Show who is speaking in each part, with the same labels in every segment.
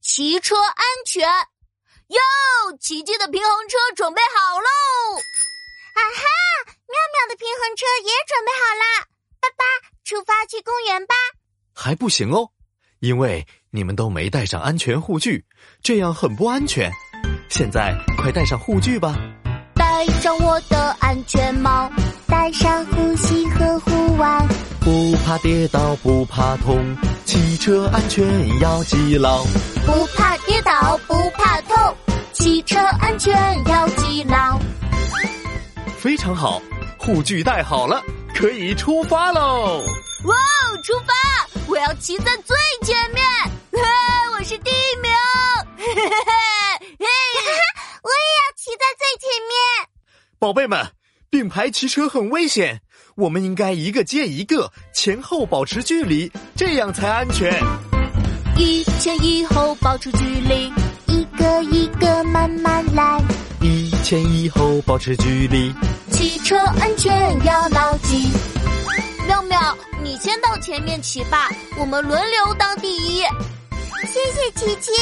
Speaker 1: 骑车安全。哟，奇迹的平衡车准备好喽！
Speaker 2: 啊哈，妙妙的平衡车也准备好啦！爸爸，出发去公园吧。
Speaker 3: 还不行哦，因为你们都没带上安全护具，这样很不安全。现在快戴上护具吧。
Speaker 4: 戴上我的安全帽，
Speaker 5: 戴上护膝和护腕，
Speaker 6: 不怕跌倒，不怕痛，骑车安全要记牢。
Speaker 4: 不怕跌倒，不怕痛，骑车安全要记牢。
Speaker 3: 非常好，护具戴好了，可以出发喽！
Speaker 1: 哇，出发！我要骑在最前 面，啊、我是第一名！嘿嘿嘿，嘿
Speaker 2: 我也要骑在最前面。
Speaker 3: 宝贝们，并排骑车很危险，我们应该一个接一个，前后保持距离，这样才安全。
Speaker 4: 一前一后保持距离，
Speaker 5: 一个一个慢慢来，
Speaker 6: 一前一后保持距离，
Speaker 4: 骑车安全要牢记。
Speaker 1: 妙妙，你先到前面骑吧，我们轮流当第一。
Speaker 2: 谢谢琪琪，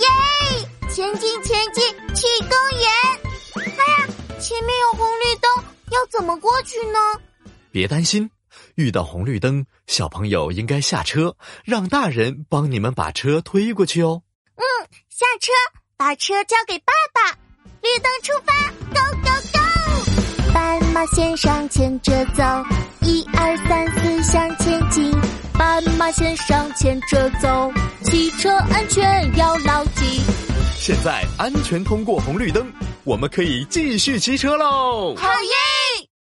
Speaker 2: 耶！前进前进，去公园。哎呀，前面有红绿灯，要怎么过去呢？
Speaker 3: 别担心。遇到红绿灯，小朋友应该下车，让大人帮你们把车推过去哦。
Speaker 2: 嗯，下车，把车交给爸爸。绿灯出发，Go Go
Speaker 5: Go！斑马线上牵着走，一二三四向前进。
Speaker 4: 斑马线上牵着走，骑车安全要牢记。
Speaker 3: 现在安全通过红绿灯，我们可以继续骑车喽！
Speaker 1: 好耶！